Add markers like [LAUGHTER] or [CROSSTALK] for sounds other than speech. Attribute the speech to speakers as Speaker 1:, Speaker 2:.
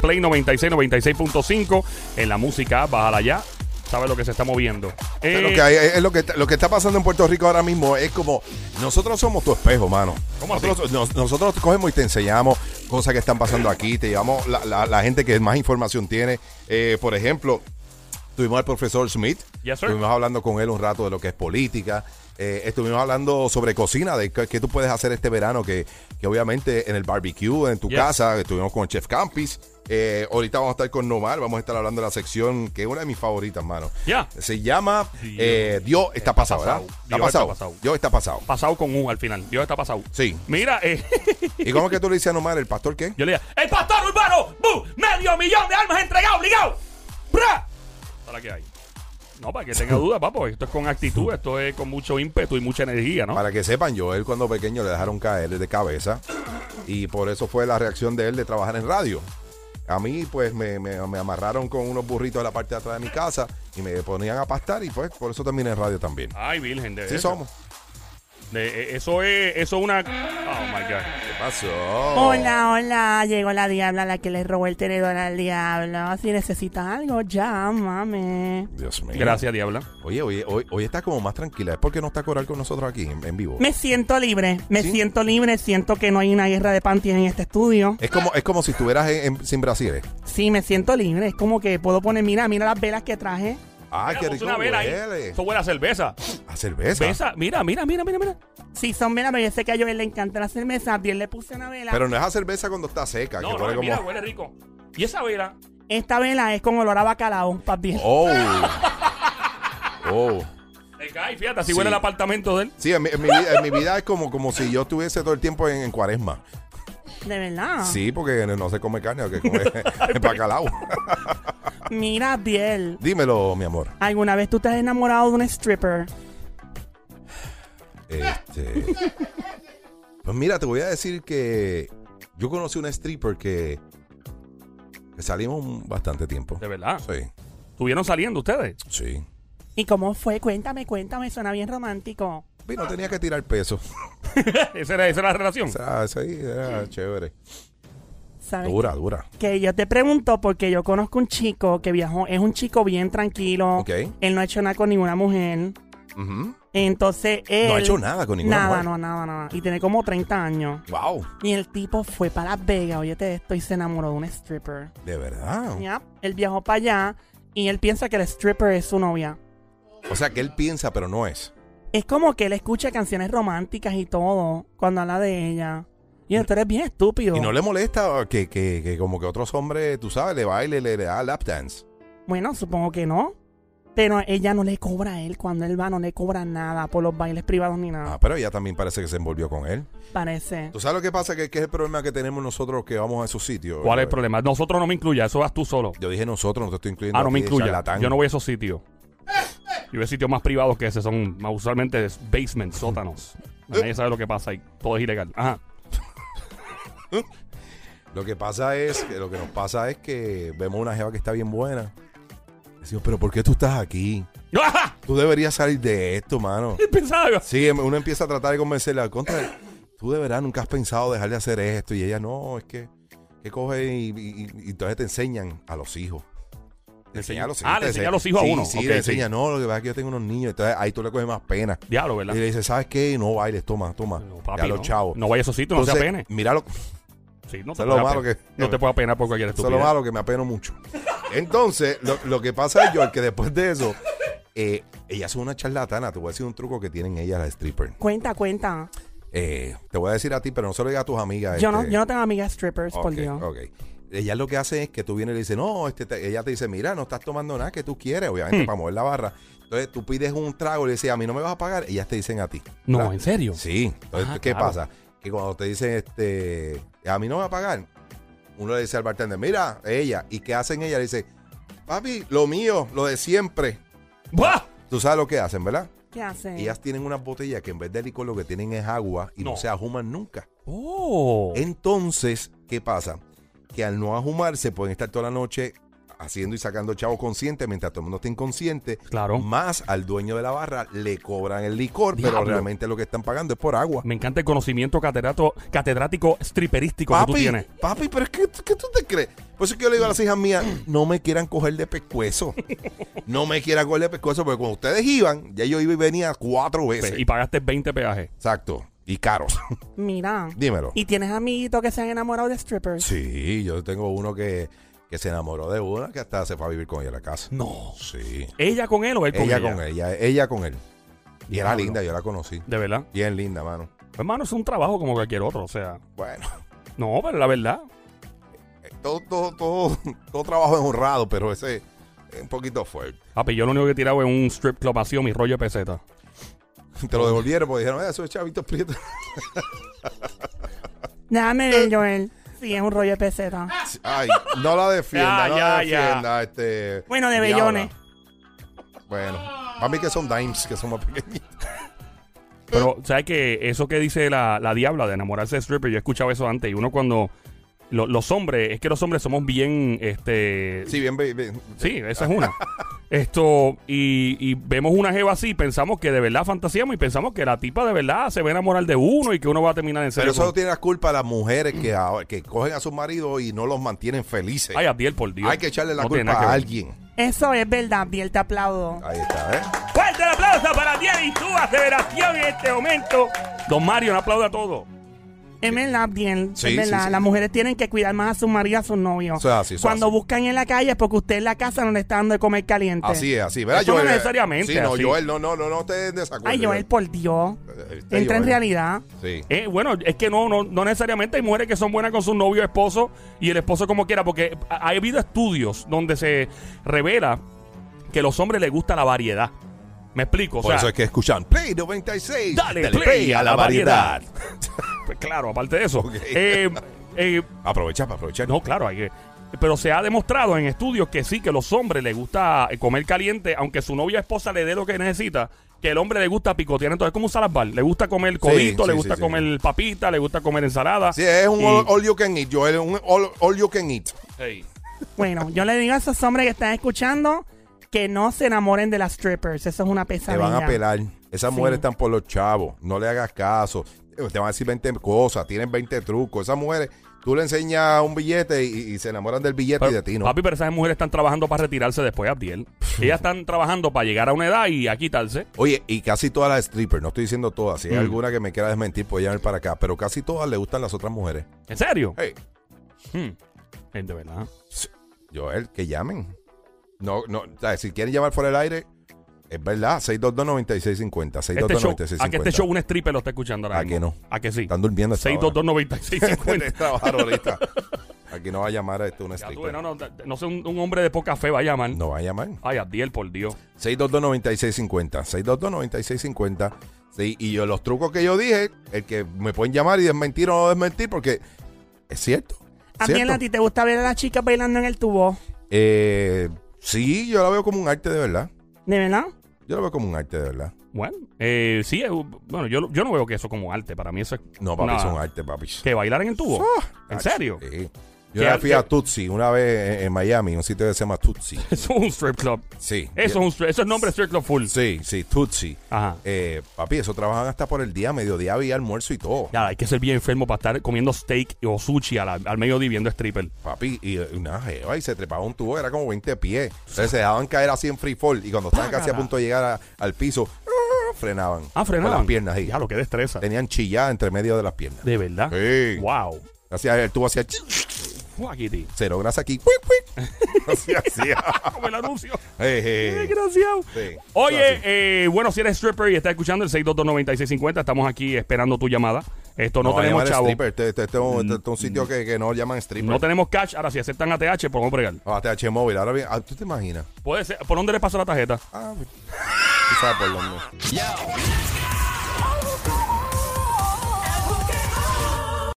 Speaker 1: Play 96, 96.5. En la música, bájala ya. Sabes lo que se está moviendo. Eh,
Speaker 2: Lo que, hay- es lo, que, está- lo que está pasando en Puerto Rico ahora mismo es como nosotros somos tu espejo, mano.
Speaker 1: ¿Cómo así?
Speaker 2: nosotros, nos- nosotros te cogemos y te enseñamos cosas que están pasando aquí, te llevamos la, la- la gente que más información tiene. Eh, por ejemplo, tuvimos al profesor Smith,
Speaker 1: Yes, sir.
Speaker 2: estuvimos hablando con él un rato de lo que es política, eh, estuvimos hablando sobre cocina, de qué, qué tú puedes hacer este verano, que, que obviamente en el barbecue, en tu
Speaker 1: Yes.
Speaker 2: casa, estuvimos con Chef Campis. Eh, ahorita vamos a estar con Nomar, vamos a estar hablando de la sección que es una de mis favoritas, mano.
Speaker 1: Ya.
Speaker 2: Se llama
Speaker 1: Dios.
Speaker 2: eh, Dios está pasado, ¿verdad?
Speaker 1: pasado.
Speaker 2: Está
Speaker 1: Dios está
Speaker 2: pasado.
Speaker 1: pasado.
Speaker 2: Dios está pasado.
Speaker 1: pasado con U al final. Dios está pasado.
Speaker 2: Sí.
Speaker 1: Mira, eh, [LAUGHS]
Speaker 2: ¿Y cómo es que tú le dices a Nomar, el pastor qué?
Speaker 1: yo le digo, el pastor urbano, ¡bu! medio millón de almas entregado, obligado. ¡Pra! Ahora que hay. No, para que
Speaker 2: [LAUGHS]
Speaker 1: tenga duda, papo. Esto es con actitud, esto es con mucho ímpetu y mucha energía, ¿no?
Speaker 2: Para que sepan, yo él cuando pequeño le dejaron caer de cabeza y por eso fue la reacción de él de trabajar en radio. A mí pues me, me- me amarraron con unos burritos de la parte de atrás de mi casa y me ponían a pastar y pues por eso terminé en radio también.
Speaker 1: Ay, virgen de
Speaker 2: Sí
Speaker 1: eso.
Speaker 2: somos.
Speaker 1: De- eh, eso es, eso es una. Oh my God.
Speaker 2: ¿Qué pasó? Oh.
Speaker 3: Hola, hola, llegó la diabla la que le robó el tenedor al diablo. Si necesita algo, llámame.
Speaker 2: Dios mío.
Speaker 1: Gracias, Diabla.
Speaker 2: Oye, oye, hoy, hoy está como más tranquila. ¿Es porque no está Coral con nosotros aquí en, en vivo?
Speaker 3: Me siento libre, me
Speaker 2: ¿Sí?
Speaker 3: siento libre, siento que no hay una guerra de panties en este estudio.
Speaker 2: Es como, es como si estuvieras en- en- sin brasiles.
Speaker 3: Sí, me siento libre, es como que puedo poner, mira, mira las velas que traje.
Speaker 2: Ah,
Speaker 1: Mira,
Speaker 2: qué
Speaker 1: puso
Speaker 2: rico.
Speaker 1: una vela ahí.
Speaker 2: huele.
Speaker 1: Eso huele a cerveza.
Speaker 2: A cerveza.
Speaker 1: Cerveza. Mira, mira, mira, mira, mira.
Speaker 3: Sí, son velas, pero yo sé que a Joel le encanta la cerveza, a Dios le puse una vela.
Speaker 2: Pero no es a cerveza cuando está seca.
Speaker 1: No,
Speaker 2: que
Speaker 1: no,
Speaker 2: huele
Speaker 1: mira,
Speaker 2: como...
Speaker 1: huele rico. Y esa vela,
Speaker 3: Esta vela es con olor a bacalao, papi.
Speaker 2: Oh. Oh.
Speaker 1: le cae, fíjate, así
Speaker 2: Sí.
Speaker 1: huele el apartamento de él.
Speaker 2: Sí, en mi, en mi vida, en mi vida es como, como si yo estuviese todo el tiempo en, en cuaresma.
Speaker 3: De verdad.
Speaker 2: Sí, porque no se come carne,
Speaker 1: [LAUGHS]
Speaker 2: que come [LAUGHS] bacalao.
Speaker 3: Mira, Abdiel,
Speaker 2: Dímelo, mi amor.
Speaker 3: ¿alguna vez tú te has enamorado de un stripper?
Speaker 2: Este, pues mira, te voy a decir que yo conocí una stripper que, que salimos bastante tiempo.
Speaker 1: De verdad.
Speaker 2: Sí,
Speaker 1: Estuvieron saliendo ustedes.
Speaker 2: sí.
Speaker 3: ¿Y cómo fue? Cuéntame, cuéntame, suena bien romántico.
Speaker 2: Y no tenía que tirar peso.
Speaker 1: [LAUGHS]
Speaker 2: [LAUGHS]
Speaker 1: esa, era, esa era la relación.
Speaker 2: O sea, eso ahí era chévere.
Speaker 3: ¿Sabes?
Speaker 2: Dura, dura.
Speaker 3: Que yo te pregunto porque yo conozco un chico que viajó, es un chico bien tranquilo.
Speaker 2: Ok.
Speaker 3: Él no ha hecho nada con ninguna mujer.
Speaker 2: Ujú.
Speaker 3: Entonces él.
Speaker 2: No ha hecho nada con ninguna
Speaker 3: Nada,
Speaker 2: mujer.
Speaker 3: no, nada, nada. Y tiene como 30 años.
Speaker 2: Wow.
Speaker 3: Y el tipo fue para Las Vegas, óyete esto, y se enamoró de un stripper.
Speaker 2: De verdad.
Speaker 3: Yep. Él viajó para allá y él piensa que el stripper es su novia.
Speaker 2: O sea, que él piensa, pero no es.
Speaker 3: Es como que él escucha canciones románticas y todo cuando habla de ella. Y él, tú eres bien estúpido.
Speaker 2: Mm. Y no le molesta que, que, que como que otros hombres, tú sabes, le baile, le, le da lap dance.
Speaker 3: Bueno, supongo que no. Pero ella no le cobra a él cuando él va, no le cobra nada por los bailes privados ni nada.
Speaker 2: Ah, pero ella también parece que se envolvió con él.
Speaker 3: Parece.
Speaker 2: ¿Tú sabes lo que pasa? Que, que es el problema que tenemos nosotros que vamos a esos sitios.
Speaker 1: ¿Cuál es el
Speaker 2: Yo-
Speaker 1: problema? Nosotros no me incluya, eso vas tú solo.
Speaker 2: Yo dije nosotros, no te estoy incluyendo.
Speaker 1: Ah, no
Speaker 2: a
Speaker 1: me
Speaker 2: ti de
Speaker 1: incluya.
Speaker 2: charlatán.
Speaker 1: Yo no voy a esos sitios. Yo voy a sitios más privados que ese, son más usualmente es basement,
Speaker 2: [LAUGHS]
Speaker 1: sótanos. Nadie sabe lo que pasa ahí. Todo es ilegal. Ajá. [LAUGHS]
Speaker 2: Lo que pasa es, que lo que nos pasa es que vemos una jeva que está bien buena. Decimos, pero ¿por qué tú estás aquí?
Speaker 1: ¡Ajá!
Speaker 2: Tú deberías salir de esto, mano.
Speaker 1: Pensaba ¡Ah! yo.
Speaker 2: Sí, em- uno empieza a tratar de convencerla. Contra, tú de verdad nunca has pensado dejar de hacer esto. Y ella, no, es que, que coge y, y- y entonces te enseñan a los hijos. Te enseñan a los hijos.
Speaker 1: Ah, le
Speaker 2: te
Speaker 1: enseña a
Speaker 2: enseñan-
Speaker 1: los hijos a
Speaker 2: Sí,
Speaker 1: uno.
Speaker 2: Sí,
Speaker 1: Ok,
Speaker 2: le
Speaker 1: sí.
Speaker 2: enseña, no, lo que pasa es que yo tengo unos niños. Entonces ahí tú le coges más pena.
Speaker 1: Diablo, ¿verdad?
Speaker 2: Y le dice, ¿sabes qué? No bailes, toma, toma.
Speaker 1: No,
Speaker 2: ya
Speaker 1: papi,
Speaker 2: los
Speaker 1: no.
Speaker 2: chavos.
Speaker 1: No vaya a esos sitios, no se
Speaker 2: Entonces,
Speaker 1: apene.
Speaker 2: Mira lo,
Speaker 1: Sí, no
Speaker 2: eso
Speaker 1: te
Speaker 2: es lo
Speaker 1: puedes
Speaker 2: malo
Speaker 1: apenar.
Speaker 2: que-
Speaker 1: No te puedes apenar por cualquier
Speaker 2: Eso es lo
Speaker 1: estupidez.
Speaker 2: malo, que me apeno mucho. Entonces, lo, lo que pasa es, George, que después de eso, eh, ellas son una charlatana. Te voy a decir un truco que tienen ellas, las strippers.
Speaker 3: Cuenta, cuenta.
Speaker 2: Eh, te voy a decir a ti, pero no se lo digas a tus amigas.
Speaker 3: Yo no,
Speaker 2: este.
Speaker 3: yo no tengo amigas strippers, por
Speaker 2: Ok,
Speaker 3: Dios.
Speaker 2: ok. Ellas lo que hacen es que tú vienes y le dices, no, este, te- ella te dice, mira, no estás tomando nada que tú quieres, obviamente,
Speaker 3: Hmm.
Speaker 2: para mover la barra. Entonces tú pides un trago y le dices, a mí no me vas a pagar, ellas te dicen a ti.
Speaker 1: No,
Speaker 2: ¿Verdad?
Speaker 1: en serio.
Speaker 2: Sí. Entonces,
Speaker 1: Ah,
Speaker 2: ¿qué
Speaker 1: claro.
Speaker 2: pasa? Que cuando te dicen, este, a mí no me va a pagar, uno le dice al bartender, mira, ella. ¿Y qué hacen ella? Le dice, papi, lo mío, lo de siempre.
Speaker 1: ¡Buah!
Speaker 2: Tú sabes lo que hacen, ¿verdad?
Speaker 3: ¿Qué hace?
Speaker 2: Ellas tienen unas botellas que en vez de licor lo que tienen es agua y no,
Speaker 1: No.
Speaker 2: se ajuman nunca.
Speaker 1: ¡Oh!
Speaker 2: Entonces, ¿qué pasa? Que al no ajumarse pueden estar toda la noche haciendo y sacando chavo consciente mientras todo el mundo está inconsciente.
Speaker 1: Claro.
Speaker 2: Más al dueño de la barra le cobran el licor, pero
Speaker 1: Diablo.
Speaker 2: realmente lo que están pagando es por agua.
Speaker 1: Me encanta el conocimiento catedrático, catedrático stripperístico que tú
Speaker 2: Papi,
Speaker 1: tienes.
Speaker 2: papi, pero es que ¿qué tú te crees? Por eso es que yo le digo a las hijas mías, [CLEARS THROAT] no me quieran coger
Speaker 1: [LAUGHS]
Speaker 2: de pescuezo. No me quieran coger de pescuezo, porque cuando ustedes iban, ya yo iba y venía cuatro veces.
Speaker 1: Pues, Y pagaste 20 peajes.
Speaker 2: Exacto. Y caros. [LAUGHS]
Speaker 3: Mira.
Speaker 2: Dímelo.
Speaker 3: ¿Y tienes amiguitos que se han enamorado de strippers?
Speaker 2: Sí, yo tengo uno que, que se enamoró de una que hasta se fue a vivir con ella a la casa.
Speaker 1: No.
Speaker 2: Sí.
Speaker 1: ¿Ella con él o él con
Speaker 2: ella
Speaker 1: ella?
Speaker 2: con ella, ella con él. Y era
Speaker 1: Diablo.
Speaker 2: linda, yo la conocí.
Speaker 1: De verdad.
Speaker 2: Bien linda, mano.
Speaker 1: Hermano, es un trabajo como cualquier otro. O sea,
Speaker 2: Bueno,
Speaker 1: no, pero la verdad.
Speaker 2: eh, todo, todo, todo, todo trabajo es honrado, pero ese es un poquito fuerte.
Speaker 1: Papi, yo lo único que he tirado en un strip club vacío, mi rollo de peseta.
Speaker 2: Te lo devolvieron porque dijeron, "Eh, eso es chavito prieto. [LAUGHS]
Speaker 3: Déjame ver, Joel. Sí, es un rollo de peseta.
Speaker 2: Ay, no la defienda,
Speaker 1: Ya,
Speaker 2: no la
Speaker 1: ya, ya.
Speaker 2: defienda. Este,
Speaker 3: Bueno, de
Speaker 2: diabla.
Speaker 3: bellones.
Speaker 2: Bueno, para mí que son dimes, que son más pequeñitos.
Speaker 1: Pero, ¿sabes que Eso que dice la, la diabla de enamorarse de stripper, yo he escuchado eso antes. Y uno cuando. lo- los hombres, es que los hombres somos bien. Este,
Speaker 2: Sí, bien, bien, bien.
Speaker 1: Sí, esa es una. Esto, y, y vemos una jeva así, pensamos que de verdad fantaseamos y pensamos que la tipa de verdad se va a enamorar de uno y que uno va a terminar en serio.
Speaker 2: Pero eso no
Speaker 1: con-
Speaker 2: tiene la culpa a las mujeres que, a- que cogen a sus maridos y no los mantienen felices.
Speaker 1: Ay, Abdiel, por Dios.
Speaker 2: Hay que echarle la
Speaker 1: No tiene
Speaker 2: culpa
Speaker 1: nada que
Speaker 2: a
Speaker 1: ver.
Speaker 2: alguien.
Speaker 3: Eso es verdad, Abdiel, te aplaudo.
Speaker 2: Ahí está, ¿eh?
Speaker 1: Fuerte el aplauso para Abdiel y tu aseveración en este momento. Don Mario, un aplauso a todos.
Speaker 3: Es verdad, Abdiel.
Speaker 2: Sí,
Speaker 3: es
Speaker 2: sí,
Speaker 3: verdad.
Speaker 2: sí.
Speaker 3: Las mujeres tienen que cuidar más a su marido y a sus novios.
Speaker 2: Eso es así, eso es
Speaker 3: Cuando
Speaker 2: así.
Speaker 3: buscan en la calle es porque usted en la casa no le está dando de comer caliente.
Speaker 2: Así es, así. ¿Verdad,
Speaker 1: Eso no
Speaker 2: Joel? eh,
Speaker 1: necesariamente
Speaker 2: Sí, no,
Speaker 1: así.
Speaker 2: Joel, no, no, no, no te desacuerdo. Este,
Speaker 3: Ay, Joel, por Dios.
Speaker 2: Eh,
Speaker 3: Entra en realidad.
Speaker 2: Sí.
Speaker 1: Eh, bueno, es que no, no, no necesariamente hay mujeres que son buenas con su novio o esposo y el esposo como quiera, porque ha ha habido estudios donde se revela que a los hombres les gusta la variedad. Me explico,
Speaker 2: Por
Speaker 1: o
Speaker 2: eso
Speaker 1: sea,
Speaker 2: es que escuchan Play 96.
Speaker 1: Dale play a la pues [LAUGHS] claro, aparte de eso.
Speaker 2: Ok.
Speaker 1: eh, eh,
Speaker 2: Aprovecha para aprovechar.
Speaker 1: No, claro, hay que- Pero se ha demostrado en estudios que sí, que los hombres les gusta eh, comer caliente, aunque su novia o esposa le dé lo que necesita, que el hombre le gusta picotear. Entonces, es como un salazbar. Le gusta comer codito,
Speaker 2: sí,
Speaker 1: le
Speaker 2: sí,
Speaker 1: gusta
Speaker 2: sí.
Speaker 1: comer papita, le gusta comer ensalada.
Speaker 2: Sí, es un
Speaker 1: Y-
Speaker 2: all, all you can eat, Joel, un all, all you can eat.
Speaker 1: Ey.
Speaker 3: Bueno, yo le digo a esos hombres que están escuchando que no se enamoren de las strippers. Eso es una
Speaker 2: Te
Speaker 3: pesadilla.
Speaker 2: van a pelar. Esas
Speaker 3: Sí.
Speaker 2: mujeres están por los chavos. No le hagas caso. Eh, Te van a decir 20 cosas, tienen 20 trucos. Esas mujeres, tú le enseñas un billete y, y se enamoran del billete
Speaker 1: Pero,
Speaker 2: y de ti, ¿no?
Speaker 1: Papi, pero esas mujeres están trabajando para retirarse después,
Speaker 2: [LAUGHS]
Speaker 1: Abdiel. Ellas están trabajando para llegar a una edad y a quitarse.
Speaker 2: Oye, y casi todas las strippers, no estoy diciendo todas, si hay
Speaker 1: Mm.
Speaker 2: alguna que me quiera desmentir, puede llamar para acá, pero casi todas le gustan las otras mujeres.
Speaker 1: ¿En serio?
Speaker 2: Hey,
Speaker 1: Hmm. Eh, De verdad.
Speaker 2: Joel, que llamen. No, no, o sea, si quieren llamar fuera del aire, es verdad, 622-9650,
Speaker 1: Este show,
Speaker 2: 622-9650.
Speaker 1: a que este show un stripper lo está escuchando ahora
Speaker 2: ¿A que
Speaker 1: mismo?
Speaker 2: no?
Speaker 1: ¿A que sí?
Speaker 2: Están durmiendo hasta ahora.
Speaker 1: [LAUGHS] 6229650.
Speaker 2: Pueden [LAUGHS] trabajar ahorita. Aquí no va a llamar a este un
Speaker 1: Ya tú,
Speaker 2: stripper.
Speaker 1: no,
Speaker 2: No,
Speaker 1: no, da- no sé, un, un hombre de poca fe va a llamar.
Speaker 2: va a llamar.
Speaker 1: Ay, Abdiel, por Dios.
Speaker 2: 622-9650, 622-9650. Sí, y yo los trucos que yo dije, el que me pueden llamar y desmentir o no desmentir, porque es cierto.
Speaker 3: A
Speaker 2: ¿cierto?
Speaker 3: Abdiel, ¿a ti te gusta ver a las chicas bailando en el tubo?
Speaker 2: Eh, sí, yo la veo como un arte de verdad.
Speaker 3: ¿De verdad?
Speaker 2: Yo la veo como un arte de verdad.
Speaker 1: Bueno, eh, sí, eh, bueno, yo, yo no veo que eso como arte. Para mí eso es.
Speaker 2: No, papi,
Speaker 1: una-
Speaker 2: son arte, papi.
Speaker 1: Que bailar en el tubo.
Speaker 2: Ah,
Speaker 1: ¿En serio?
Speaker 2: Sí.
Speaker 1: ¿Qué
Speaker 2: Yo una vez fui
Speaker 1: arte?
Speaker 2: a Tutsi, una vez en- en Miami, un sitio que se llama Tutsi.
Speaker 1: Eso es un strip club.
Speaker 2: Sí.
Speaker 1: [LAUGHS] Eso es un strip, eso es nombre de strip club full.
Speaker 2: Sí, sí, Tutsi.
Speaker 1: Ajá.
Speaker 2: Eh, papi, eso trabajan hasta por el día, mediodía, había almuerzo y todo.
Speaker 1: Ya, hay que ser bien enfermo para estar comiendo steak o sushi a la- al mediodía viendo stripper.
Speaker 2: Papi, y eh, una jeva, y se trepaba un tubo, era como 20 pies. Entonces se dejaban caer así en free fall. Y cuando estaban casi a
Speaker 1: Págara.
Speaker 2: punto de llegar a- al piso, ah, frenaban.
Speaker 1: Ah, frenaban.
Speaker 2: Con las piernas ahí.
Speaker 1: Ya, lo que destreza.
Speaker 2: Tenían chillada entre medio de las piernas.
Speaker 1: De verdad.
Speaker 2: Sí.
Speaker 1: Wow.
Speaker 2: Hacía el tubo, hacía ch-
Speaker 1: Guau, Kitty.
Speaker 2: cero grasa aquí. ¡Cuic, cuic! [LAUGHS] Así
Speaker 1: [LAUGHS]
Speaker 2: hacía.
Speaker 1: Como el anuncio.
Speaker 2: Eh, eh, eh.
Speaker 1: Desgraciado.
Speaker 2: Sí.
Speaker 1: Oye,
Speaker 2: Así.
Speaker 1: eh, bueno, si eres stripper y estás escuchando el 6229650, estamos aquí esperando tu llamada. Esto no,
Speaker 2: va a
Speaker 1: tenemos
Speaker 2: llamar
Speaker 1: chavo. Mm,
Speaker 2: stripper. Este, este- este- este- este es un sitio que, que no llaman stripper.
Speaker 1: No tenemos cash. Ahora, si aceptan ATH, podemos bregar.
Speaker 2: Ah, TH móvil. Ahora bien, ah, ¿tú te imaginas?
Speaker 1: [LAUGHS] Puede ser. ¿Por dónde le pasó la tarjeta?
Speaker 2: Ah, tú sabes por dónde.
Speaker 4: Yo.